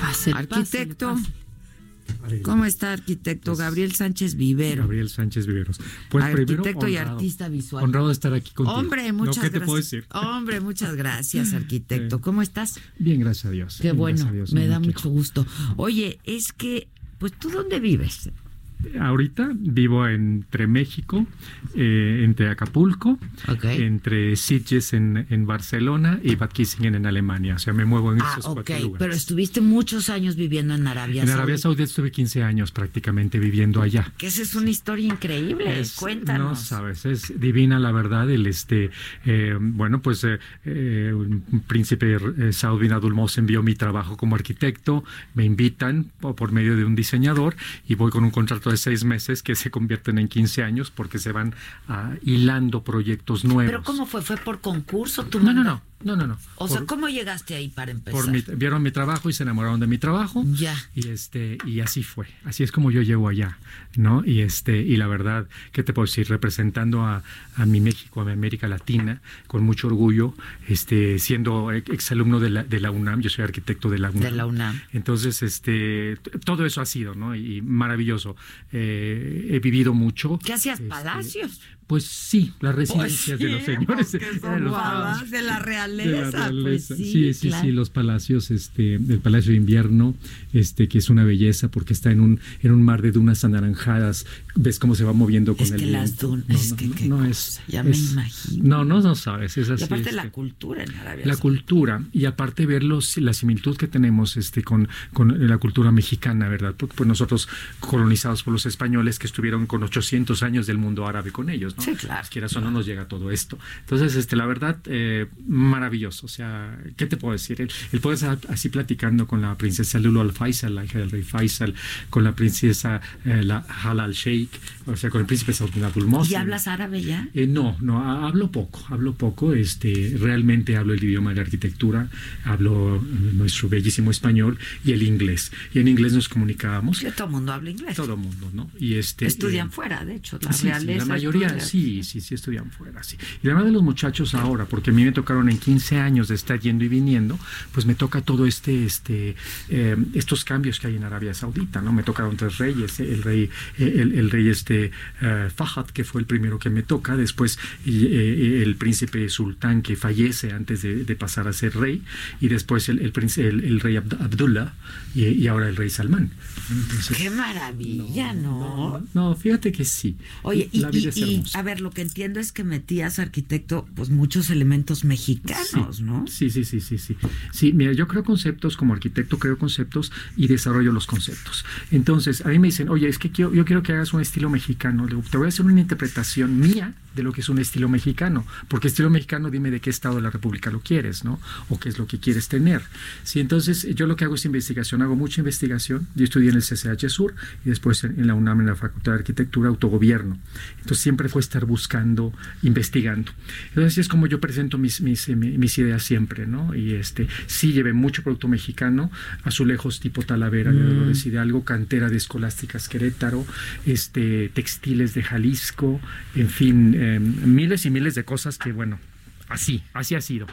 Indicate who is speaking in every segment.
Speaker 1: Pásele, arquitecto.
Speaker 2: pásele,
Speaker 1: ¿Cómo está, arquitecto? Gabriel Sánchez Vivero.
Speaker 2: Pues, Gabriel Sánchez Viveros. Pues
Speaker 1: arquitecto
Speaker 2: primero,
Speaker 1: y
Speaker 2: honrado.
Speaker 1: artista visual.
Speaker 2: Honrado de estar aquí contigo.
Speaker 1: Hombre, muchas
Speaker 2: no, ¿qué
Speaker 1: gracias.
Speaker 2: te puedo decir?
Speaker 1: Hombre, muchas gracias, arquitecto.
Speaker 2: Sí.
Speaker 1: ¿Cómo estás?
Speaker 2: Bien, gracias a Dios.
Speaker 1: Qué
Speaker 2: Bien,
Speaker 1: bueno,
Speaker 2: gracias a Dios,
Speaker 1: me
Speaker 2: no
Speaker 1: da
Speaker 2: me
Speaker 1: mucho gusto. Oye, es que, pues, ¿tú dónde vives?
Speaker 2: quejo. Ahorita vivo entre México, eh, entre Acapulco,
Speaker 1: Ok.
Speaker 2: entre Sitges en, en Barcelona y Bad Kissingen en Alemania. O sea, me muevo en
Speaker 1: Ah,
Speaker 2: esos
Speaker 1: ok,
Speaker 2: cuatro lugares.
Speaker 1: pero estuviste muchos años viviendo en Arabia
Speaker 2: en
Speaker 1: Saudita.
Speaker 2: Arabia Saudita estuve 15 años prácticamente viviendo allá.
Speaker 1: Que esa es una historia increíble.
Speaker 2: Es-
Speaker 1: Cuéntanos.
Speaker 2: No sabes, es divina la verdad. El este, eh, bueno, pues eh, eh, un príncipe eh, Saud bin Abdulmosen vio mi trabajo como arquitecto, me invitan po- por medio de un diseñador y voy con un contrato de seis meses que se convierten en 15 años porque se van ah, hilando proyectos nuevos.
Speaker 1: Pero ¿cómo fue? ¿Fue por concurso? ¿Tú
Speaker 2: No, no,
Speaker 1: manda-
Speaker 2: no, no, no, no.
Speaker 1: O sea,
Speaker 2: Por-
Speaker 1: ¿cómo llegaste ahí para empezar?
Speaker 2: por mi- vieron mi trabajo y se enamoraron de mi trabajo
Speaker 1: Ya.
Speaker 2: y este y así fue así es como yo llego allá no y este y la verdad qué te puedo decir representando a, a mi México a mi América Latina con mucho orgullo este siendo ex- exalumno de la, de la UNAM yo soy arquitecto de la UNAM,
Speaker 1: De la UNAM.
Speaker 2: entonces este t- todo eso ha sido no y, y maravilloso Eh, he vivido mucho
Speaker 1: ¿Qué hacías?
Speaker 2: Este,
Speaker 1: ¿Palacios?
Speaker 2: pues sí las residencias de los
Speaker 1: Pues sí,
Speaker 2: señores
Speaker 1: porque son
Speaker 2: eran los
Speaker 1: guapas,
Speaker 2: palacios.
Speaker 1: de la
Speaker 2: De la
Speaker 1: realeza, pues
Speaker 2: realeza.
Speaker 1: sí,
Speaker 2: sí, sí,
Speaker 1: claro.
Speaker 2: sí, los palacios, este, el Palacio de Invierno, este, que es una belleza porque está en un, en un mar de dunas anaranjadas, ves cómo se va moviendo con
Speaker 1: Es
Speaker 2: el
Speaker 1: que las
Speaker 2: viento.
Speaker 1: dunas,
Speaker 2: No,
Speaker 1: es
Speaker 2: no,
Speaker 1: que
Speaker 2: no,
Speaker 1: qué
Speaker 2: no
Speaker 1: cosa, ya me imagino.
Speaker 2: No, no, no sabes, es así.
Speaker 1: y aparte
Speaker 2: este,
Speaker 1: la cultura en Arabia
Speaker 2: la
Speaker 1: Saudita.
Speaker 2: cultura y aparte ver los- la similitud que tenemos este con, con la cultura mexicana, ¿verdad? Por, por nosotros colonizados por los españoles que estuvieron con 800 años del mundo árabe con ellos, ¿no?
Speaker 1: Sí, claro.
Speaker 2: Quieras o no nos llega todo esto. Entonces, este la verdad eh, maravilloso, o sea, ¿qué te puedo decir? El, el poder estar así platicando con la princesa Lulu al Faisal, la hija del rey Faisal, con la princesa eh, la Halal Sheikh, o sea, con el príncipe Saud bin Abdul
Speaker 1: ¿Y
Speaker 2: Mohsen.
Speaker 1: hablas árabe ya?
Speaker 2: Eh, no, no, ha- hablo poco, hablo poco, este, realmente hablo el idioma de la arquitectura, hablo eh, nuestro bellísimo español y el inglés. Y en inglés nos comunicábamos,
Speaker 1: Que todo el mundo habla inglés.
Speaker 2: todo el mundo, ¿no? Y este,
Speaker 1: Estudian
Speaker 2: eh,
Speaker 1: fuera, de hecho. La
Speaker 2: Sí, sí,
Speaker 1: realeza
Speaker 2: la mayoría
Speaker 1: estudia-
Speaker 2: sí, sí, sí estudian fuera, sí. Y además de los muchachos ahora, porque a mí me tocaron en 15 años de estar yendo y viniendo, pues me toca todo este, este, eh, estos cambios que hay en Arabia Saudita, ¿no? Me tocaron tres reyes, eh, el rey, eh, el, el rey este eh, Fahad, que fue el primero que me toca, después y, eh, el príncipe sultán que fallece antes de, de pasar a ser rey, y después el, el, príncipe- el- el rey Abd- Abdullah y, y ahora el rey Salmán. Entonces,
Speaker 1: Qué maravilla, ¿no?
Speaker 2: no, fíjate que sí.
Speaker 1: Oye, y,
Speaker 2: la vida es
Speaker 1: y- y,
Speaker 2: hermosa.
Speaker 1: a ver, lo que entiendo es que metías, arquitecto, pues muchos elementos mexicanos,
Speaker 2: sí.
Speaker 1: ¿no?
Speaker 2: Sí, sí, sí, sí, sí. Sí, mira, yo creo conceptos, como arquitecto creo conceptos y desarrollo los conceptos. Entonces, a mí me dicen, oye, es que quiero- yo quiero que hagas un estilo mexicano. Le digo, te voy a hacer una interpretación mía de lo que es un estilo mexicano. Porque estilo mexicano, dime de qué estado de la República lo quieres, ¿no? O qué es lo que quieres tener. Sí, entonces yo lo que hago es investigación, hago mucha investigación. Yo estudié en el CCH Sur y después en, en la UNAM, en la Facultad de Arquitectura, Autogobierno. Entonces siempre fue estar buscando, investigando. Entonces así es como yo presento mis, mis, eh, mi- mis ideas siempre, ¿no? Y este, sí llevé mucho producto mexicano, azulejos tipo Talavera de Dolores Hidalgo, cantera de Escolásticas Querétaro, este, textiles de Jalisco, en fin, eh, miles y miles de cosas que, bueno, así, así ha sido.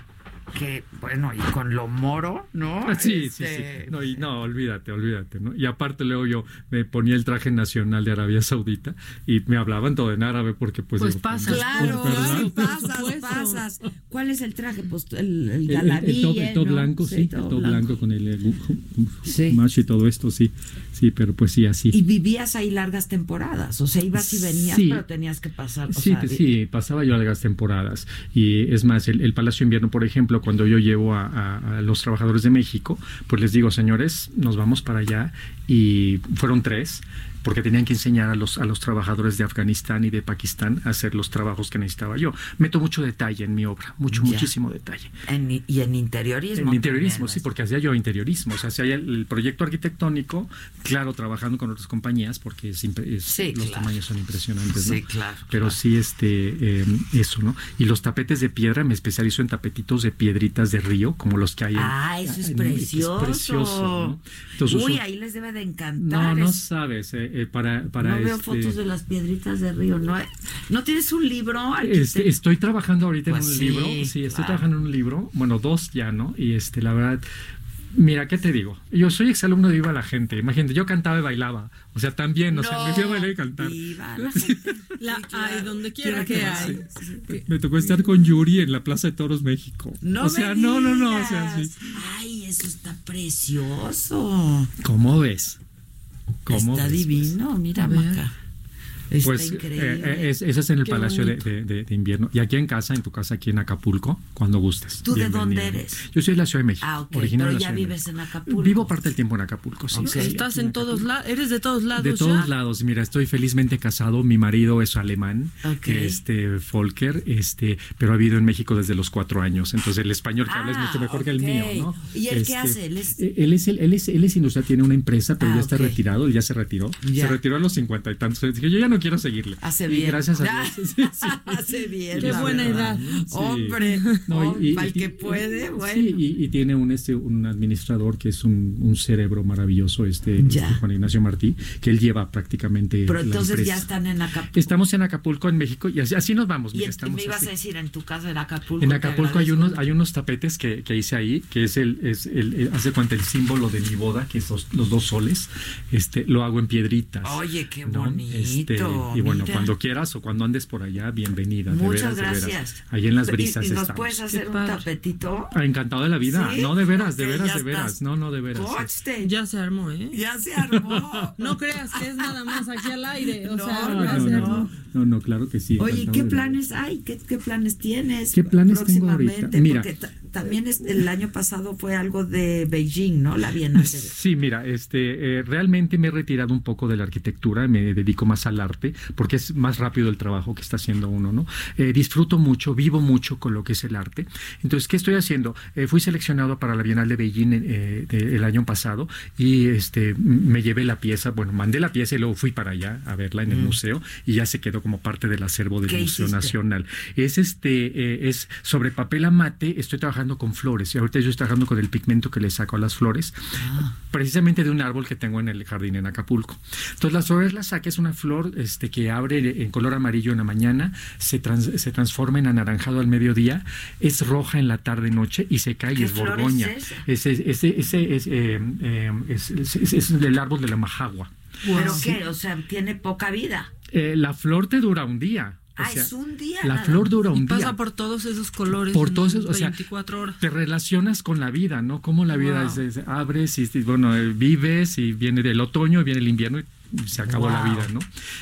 Speaker 1: Que, bueno, y con lo moro, ¿no?
Speaker 2: Ah, Sí, sí, sí.
Speaker 1: Este,
Speaker 2: No, y no, olvídate, olvídate. ¿no? Y aparte luego yo me ponía el traje nacional de Arabia Saudita y me hablaban todo en árabe porque pues...
Speaker 3: Pues
Speaker 2: digo,
Speaker 3: pasa.
Speaker 1: Claro,
Speaker 2: pues, ¿verdad?
Speaker 1: sí,
Speaker 3: Por
Speaker 1: pasas,
Speaker 3: supuesto.
Speaker 1: pasas. ¿Cuál es el traje? Pues el, el
Speaker 2: El, el- el
Speaker 1: galabí,
Speaker 2: top, el top
Speaker 1: ¿no?
Speaker 2: blanco, sí, el
Speaker 1: todo
Speaker 2: top blanco, con el, el
Speaker 1: Sí.
Speaker 2: macho y todo esto, sí, sí, pero pues sí, así.
Speaker 1: Y vivías ahí largas temporadas, o sea, ibas y venías,
Speaker 2: Sí.
Speaker 1: pero tenías que pasar. o
Speaker 2: Sí,
Speaker 1: sea,
Speaker 2: te- sí, pasaba yo largas temporadas. Y es más, el, el Palacio de Invierno, por ejemplo, cuando yo llevo a, a- a los trabajadores de México, pues les digo, señores, nos vamos para allá. Y fueron tres. porque tenían que enseñar a los, a los trabajadores de Afganistán y de Pakistán a hacer los trabajos que necesitaba yo. Meto mucho detalle en mi obra, mucho,
Speaker 1: Ya.
Speaker 2: muchísimo detalle.
Speaker 1: En- y en interiorismo.
Speaker 2: En interiorismo,
Speaker 1: también,
Speaker 2: sí,
Speaker 1: ¿no?
Speaker 2: porque hacía yo interiorismo. O sea, hacía el, el proyecto arquitectónico, claro, trabajando con otras compañías, porque es impre- es-
Speaker 1: Sí,
Speaker 2: los
Speaker 1: claro.
Speaker 2: tamaños son impresionantes, ¿no?
Speaker 1: Sí, claro,
Speaker 2: Pero
Speaker 1: claro.
Speaker 2: sí, este, eh, eso, ¿no? Y los tapetes de piedra, me especializo en tapetitos de piedritas de río, como los que hay en.
Speaker 1: Ah, eso es
Speaker 2: en-
Speaker 1: precioso.
Speaker 2: precioso, ¿no? Entonces,
Speaker 1: Uy,
Speaker 2: uso-
Speaker 1: ahí les debe de encantar.
Speaker 2: No, no
Speaker 1: Es-
Speaker 2: sabes, eh, eh, para, para
Speaker 1: no veo
Speaker 2: este-
Speaker 1: fotos de las piedritas de río. No, ¿No tienes un libro.
Speaker 2: Este,
Speaker 1: arquitecto?
Speaker 2: estoy trabajando ahorita
Speaker 1: Pues
Speaker 2: en un
Speaker 1: sí,
Speaker 2: libro. Sí, estoy
Speaker 1: claro.
Speaker 2: trabajando en un libro. Bueno, dos ya, ¿no? Y este, la verdad, mira, ¿qué te digo? Yo soy exalumno de Viva la Gente. Imagínate, yo cantaba y bailaba. O sea, también, o sea, me fui a bailar y cantar.
Speaker 1: Viva la gente.
Speaker 3: La
Speaker 1: Sí, claro.
Speaker 3: hay donde quiera que hay.
Speaker 1: pues Sí.
Speaker 2: Me tocó estar con Yuri en la Plaza de Toros México.
Speaker 1: No
Speaker 2: o sea,
Speaker 1: me
Speaker 2: no, no, no, o sea,
Speaker 1: digas.
Speaker 2: sí.
Speaker 1: Ay, eso está precioso.
Speaker 2: ¿Cómo ves? ¿Cómo
Speaker 1: está
Speaker 2: ves, pues?
Speaker 1: divino, mira, Maca. Está
Speaker 2: Pues eh,
Speaker 1: increíble.
Speaker 2: eh, es- eso es en el
Speaker 3: Qué
Speaker 2: Palacio de,
Speaker 3: bonito.
Speaker 2: de- de- de Invierno. Y aquí en casa, en tu casa, aquí en Acapulco, cuando gustes.
Speaker 1: ¿Tú de
Speaker 2: Bienvenida.
Speaker 1: dónde eres?
Speaker 2: Yo soy de la Ciudad de México.
Speaker 1: Ah, ok, pero
Speaker 2: originario de la
Speaker 1: ya
Speaker 2: Ciudad de
Speaker 1: vives
Speaker 2: México.
Speaker 1: en Acapulco.
Speaker 2: Vivo parte del tiempo en Acapulco, sí.
Speaker 1: Ok.
Speaker 2: sí,
Speaker 3: Estás
Speaker 2: aquí
Speaker 3: en todos
Speaker 2: Acapulco.
Speaker 3: lados, eres de todos lados.
Speaker 2: De todos
Speaker 3: ya.
Speaker 2: lados, mira, estoy felizmente casado, mi marido es alemán,
Speaker 1: Ok.
Speaker 2: este Folker, este, pero ha vivido en México desde los cuatro años, entonces el español que habla es
Speaker 1: Ah,
Speaker 2: mucho mejor que el
Speaker 1: ok.
Speaker 2: mío, ¿no?
Speaker 1: ¿Y él qué
Speaker 2: Este,
Speaker 1: hace? Él es-
Speaker 2: eh, él es, el- él es, él es industrial, tiene una empresa, pero
Speaker 1: Ah,
Speaker 2: ya está
Speaker 1: ok.
Speaker 2: retirado, él ya se retiró,
Speaker 1: Ya.
Speaker 2: se retiró a los cincuenta y tantos, entonces dije, yo ya no quiero seguirle.
Speaker 1: Hace
Speaker 2: Y
Speaker 1: bien.
Speaker 2: gracias a
Speaker 1: Ah,
Speaker 2: Dios. Sí, sí.
Speaker 1: Hace bien.
Speaker 3: Qué
Speaker 1: la
Speaker 3: buena
Speaker 1: verdad.
Speaker 3: edad.
Speaker 1: Hombre,
Speaker 2: No, y- y-
Speaker 1: para el
Speaker 2: y-
Speaker 1: que puede, bueno.
Speaker 2: Sí, y, y tiene un, este, un administrador que es un, un cerebro maravilloso, este,
Speaker 1: Ya.
Speaker 2: este Juan Ignacio Martí, que él lleva prácticamente.
Speaker 1: Pero
Speaker 2: la
Speaker 1: entonces ya
Speaker 2: empresa.
Speaker 1: están en Acapulco.
Speaker 2: Estamos en Acapulco, en México, y así, así nos vamos.
Speaker 1: y
Speaker 2: mira,
Speaker 1: en- y
Speaker 2: estamos
Speaker 1: me ibas
Speaker 2: así.
Speaker 1: a decir, en tu casa en Acapulco.
Speaker 2: En
Speaker 1: te
Speaker 2: Acapulco hay
Speaker 1: agradezco.
Speaker 2: unos, hay unos tapetes que, que hice ahí, que es el, es el, el- hace cuenta el símbolo de mi boda, que es los, los dos soles, este, lo hago en piedritas.
Speaker 1: Oye, qué
Speaker 2: ¿no?
Speaker 1: bonito,
Speaker 2: Este, y bueno,
Speaker 1: mira.
Speaker 2: cuando quieras o cuando andes por allá, bienvenida. de
Speaker 1: Muchas
Speaker 2: veras, de veras.
Speaker 1: gracias.
Speaker 2: Ahí en las
Speaker 1: Y-
Speaker 2: brisas
Speaker 1: ¿Y, nos
Speaker 2: estamos.
Speaker 1: puedes hacer
Speaker 3: Qué
Speaker 1: un
Speaker 3: padre.
Speaker 1: tapetito?
Speaker 2: Ah, Encantado de la vida.
Speaker 1: ¿Sí?
Speaker 2: No, de veras, de
Speaker 1: Porque
Speaker 2: veras,
Speaker 1: ya
Speaker 2: de veras.
Speaker 1: estás-
Speaker 2: No, no, de veras. sí.
Speaker 1: Coche,
Speaker 3: Ya se armó, ¿eh?
Speaker 1: ya se armó.
Speaker 3: No creas que es nada más aquí al aire. O
Speaker 1: No,
Speaker 3: sea,
Speaker 2: Ah,
Speaker 3: ya
Speaker 2: no,
Speaker 3: se
Speaker 2: no,
Speaker 3: armó.
Speaker 2: no, no, claro que sí.
Speaker 1: Oye,
Speaker 2: encantado
Speaker 1: ¿qué
Speaker 2: de la vida.
Speaker 1: planes hay? ¿Qué, qué planes tienes?
Speaker 2: ¿Qué planes tengo ahorita?
Speaker 1: próximamente?
Speaker 2: Mira.
Speaker 1: Porque ta- también es- el año pasado fue algo de Beijing, ¿no? La Bienal de Beijing.
Speaker 2: Sí, mira, este, eh, realmente me he retirado un poco de la arquitectura, me dedico más al arte, porque es más rápido el trabajo que está haciendo uno, ¿no? Eh, disfruto mucho, vivo mucho con lo que es el arte. Entonces, ¿qué estoy haciendo? Eh, fui seleccionado para la Bienal de Beijing eh, de- el año pasado y este, m- me llevé la pieza, bueno, mandé la pieza y luego fui para allá a verla en el museo y ya se quedó como parte del acervo del
Speaker 1: ¿Qué
Speaker 2: Museo
Speaker 1: hiciste?
Speaker 2: Nacional. Nacional. Es este, eh, es sobre papel amate, estoy trabajando con flores. Y ahorita yo estoy trabajando con el pigmento que le saco a las flores,
Speaker 1: Ah.
Speaker 2: precisamente de un árbol que tengo en el jardín en Acapulco. Entonces las flores las saqué, es una flor este, que abre en color amarillo en la mañana, se, trans- se transforma en anaranjado al mediodía, es roja en la tarde noche y se cae y
Speaker 1: ¿Qué
Speaker 2: es
Speaker 1: flor es
Speaker 2: borgoña.
Speaker 1: esa?
Speaker 2: ese, ese, ese es, eh, eh, es- es- es- es el árbol de la majagua.
Speaker 1: ¿Pero qué? O sea, tiene poca vida.
Speaker 2: Eh, la flor te dura un día. o
Speaker 1: Ah,
Speaker 2: sea,
Speaker 1: es un día
Speaker 2: La
Speaker 1: nada
Speaker 2: flor
Speaker 1: más.
Speaker 2: dura
Speaker 3: Y
Speaker 2: un día
Speaker 3: pasa por todos esos colores.
Speaker 2: por
Speaker 3: en
Speaker 2: todos esos, o sea,
Speaker 3: 24 horas.
Speaker 2: te relacionas con la vida, ¿no? Cómo la vida
Speaker 3: Wow.
Speaker 2: es- es- abres y, y, bueno, eh, vives y viene el otoño, y viene el invierno y se acabó la
Speaker 1: Wow.
Speaker 2: vida, ¿no?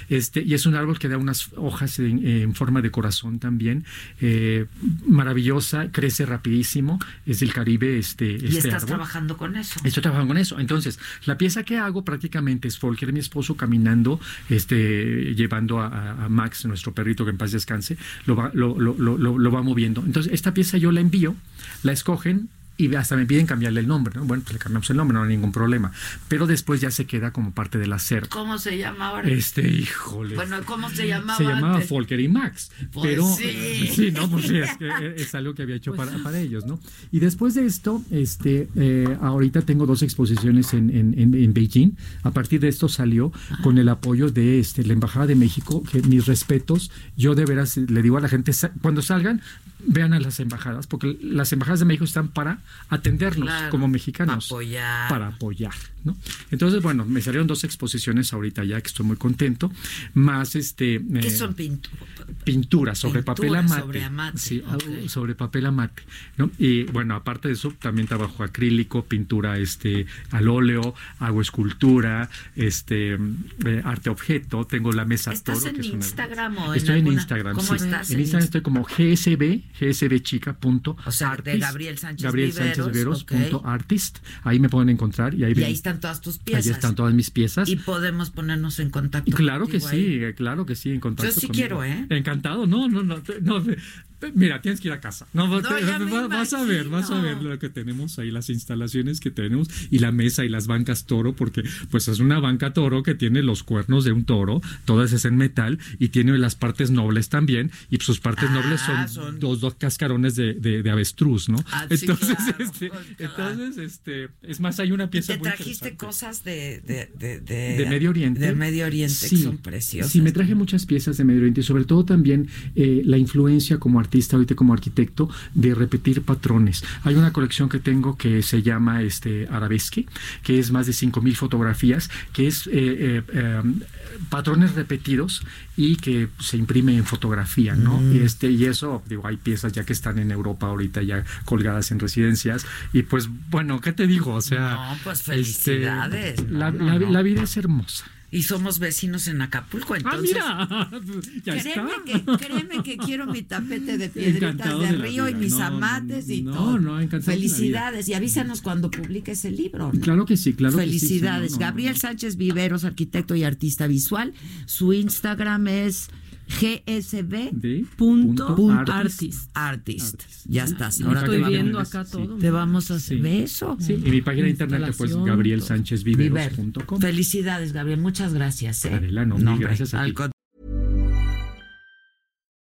Speaker 2: Este, y es un árbol que da unas hojas en, en forma de corazón también, eh, maravillosa, crece rapidísimo, es del Caribe este, este
Speaker 1: y estás
Speaker 2: árbol.
Speaker 1: trabajando con eso.
Speaker 2: Estoy trabajando con eso. Entonces, la pieza que hago prácticamente es Folker, mi esposo, caminando, este, llevando a- a, a Max, nuestro perrito que en paz descanse, lo va, lo, lo- lo- lo- lo va moviendo. Entonces, esta pieza yo la envío, la escogen y hasta me piden cambiarle el nombre. ¿no? Bueno, pues le cambiamos el nombre, no hay ningún problema. Pero después ya se queda como parte del acervo.
Speaker 1: ¿Cómo se llama ahora?
Speaker 2: Este, híjole.
Speaker 1: bueno, ¿cómo se llamaba?
Speaker 2: se llamaba
Speaker 1: antes?
Speaker 2: Folker y Max,
Speaker 1: Pues
Speaker 2: pero
Speaker 1: sí. Pues
Speaker 2: eh, sí, no, pues sí, es, que es algo que había hecho para, para ellos, ¿no? Y después de esto, este, eh, ahorita tengo dos exposiciones en, en- en- en Beijing. A partir de esto salió con el apoyo de este, la embajada de México, que mis respetos. Yo de veras le digo a la gente sa- cuando salgan vean a las embajadas, porque las embajadas de México están para atendernos
Speaker 1: Claro,
Speaker 2: como mexicanos,
Speaker 1: para apoyar.
Speaker 2: para apoyar, ¿no? Entonces, bueno, me salieron dos exposiciones ahorita ya que estoy muy contento, más este
Speaker 1: ¿Qué
Speaker 2: eh,
Speaker 1: son pintu-
Speaker 2: pintura sobre papel
Speaker 1: Pintura
Speaker 2: amate.
Speaker 1: sobre amate, Ah,
Speaker 2: Sí,
Speaker 1: ok.
Speaker 2: algo sobre papel amate. ¿no? Y bueno, aparte de eso, también trabajo acrílico, pintura este, al óleo, hago escultura, este, eh, arte objeto, tengo la mesa
Speaker 1: ¿Estás
Speaker 2: toro.
Speaker 1: en
Speaker 2: que es una-
Speaker 1: Instagram o en
Speaker 2: Estoy en,
Speaker 1: alguna-
Speaker 2: Instagram.
Speaker 1: ¿Cómo
Speaker 2: sí.
Speaker 1: estás
Speaker 2: En
Speaker 1: en
Speaker 2: Instagram estoy como gsb, gsbchica punto
Speaker 1: O sea, de
Speaker 2: artist,
Speaker 1: Gabriel Sánchez
Speaker 2: Gabriel Sánchez
Speaker 1: Viveros,
Speaker 2: Viveros
Speaker 1: ok.
Speaker 2: punto artist. Ahí me pueden encontrar y ahí,
Speaker 1: Y
Speaker 2: ven
Speaker 1: ahí están están todas tus piezas.
Speaker 2: Ahí están todas mis piezas.
Speaker 1: Y podemos ponernos en contacto.
Speaker 2: Y claro que
Speaker 1: contigo ahí.
Speaker 2: sí, eh, claro que sí, en contacto.
Speaker 1: sí
Speaker 2: conmigo.
Speaker 1: quiero, ¿eh?
Speaker 2: Encantado, no, no, no, te- no, te- te- Mira, tienes que ir a casa. No, va-
Speaker 1: No, ya me
Speaker 2: va- vas a ver, vas a ver
Speaker 1: imagino.
Speaker 2: lo que tenemos ahí, las instalaciones que tenemos y la mesa y las bancas toro, porque pues es una banca toro que tiene los cuernos de un toro, todas es en metal y tiene las partes nobles también y sus partes
Speaker 1: Ah,
Speaker 2: nobles son,
Speaker 1: son-
Speaker 2: los dos cascarones de, de- de avestruz, ¿no?
Speaker 1: Ah, sí,
Speaker 2: entonces,
Speaker 1: claro,
Speaker 2: este,
Speaker 1: claro.
Speaker 2: entonces, este, es más, hay una
Speaker 1: Y
Speaker 2: pieza
Speaker 1: te
Speaker 2: muy
Speaker 1: trajiste
Speaker 2: interesante.
Speaker 1: cosas de, de, de, de-
Speaker 2: De Medio Oriente.
Speaker 1: De Medio Oriente, que
Speaker 2: Sí.
Speaker 1: son preciosas.
Speaker 2: Sí, me traje muchas piezas de Medio Oriente y sobre todo también eh, la influencia como artista, ahorita como arquitecto, de repetir patrones. Hay una colección que tengo que se llama este, Arabesque, que es más de 5.000 fotografías, que es eh, eh, eh, patrones repetidos y que se imprime en fotografía, ¿no? Y, este, y eso, digo, hay piezas ya que están en Europa ahorita ya colgadas en residencias y pues bueno, ¿qué te digo? O sea...
Speaker 1: No, pues,
Speaker 2: este,
Speaker 1: felicidades. No,
Speaker 2: la-
Speaker 1: no,
Speaker 2: la-
Speaker 1: no.
Speaker 2: la vida es hermosa.
Speaker 1: Y somos vecinos en Acapulco, entonces.
Speaker 2: ¡Ah, mira! Ya
Speaker 1: Créeme
Speaker 2: está.
Speaker 1: que, créeme que quiero mi tapete de piedritas
Speaker 2: Encantado
Speaker 1: de
Speaker 2: de la
Speaker 1: río y
Speaker 2: vida.
Speaker 1: mis
Speaker 2: No, no,
Speaker 1: amates y
Speaker 2: no,
Speaker 1: todo.
Speaker 2: no, encantado de la vida.
Speaker 1: Felicidades y avísanos cuando publiques el libro. ¿no?
Speaker 2: Claro que sí, claro
Speaker 1: Felicidades.
Speaker 2: que sí. sí, no, no,
Speaker 1: Gabriel
Speaker 2: no.
Speaker 1: Sánchez Viveros, arquitecto y artista visual. Su Instagram es gsb
Speaker 2: De
Speaker 3: Punto,
Speaker 2: punto
Speaker 3: artist.
Speaker 2: artist.
Speaker 1: artist.
Speaker 2: Artist. Ah,
Speaker 1: Ya estás.
Speaker 2: Y
Speaker 1: Ahora
Speaker 2: para
Speaker 1: te,
Speaker 3: Estoy
Speaker 2: que
Speaker 3: viendo
Speaker 2: vean,
Speaker 3: acá
Speaker 2: sí.
Speaker 3: todo.
Speaker 1: te vamos a hacer
Speaker 2: Sí.
Speaker 1: eso.
Speaker 2: Sí, y mi página de internet pues
Speaker 3: Instalación,
Speaker 2: Gabriel
Speaker 3: todo.
Speaker 2: Sánchez
Speaker 1: Viver.
Speaker 2: Viveros.com.
Speaker 1: Felicidades, Gabriel. Muchas gracias. ¿eh?
Speaker 2: Adela, no, mil
Speaker 1: hombre,
Speaker 2: gracias a ti.
Speaker 1: al contrario.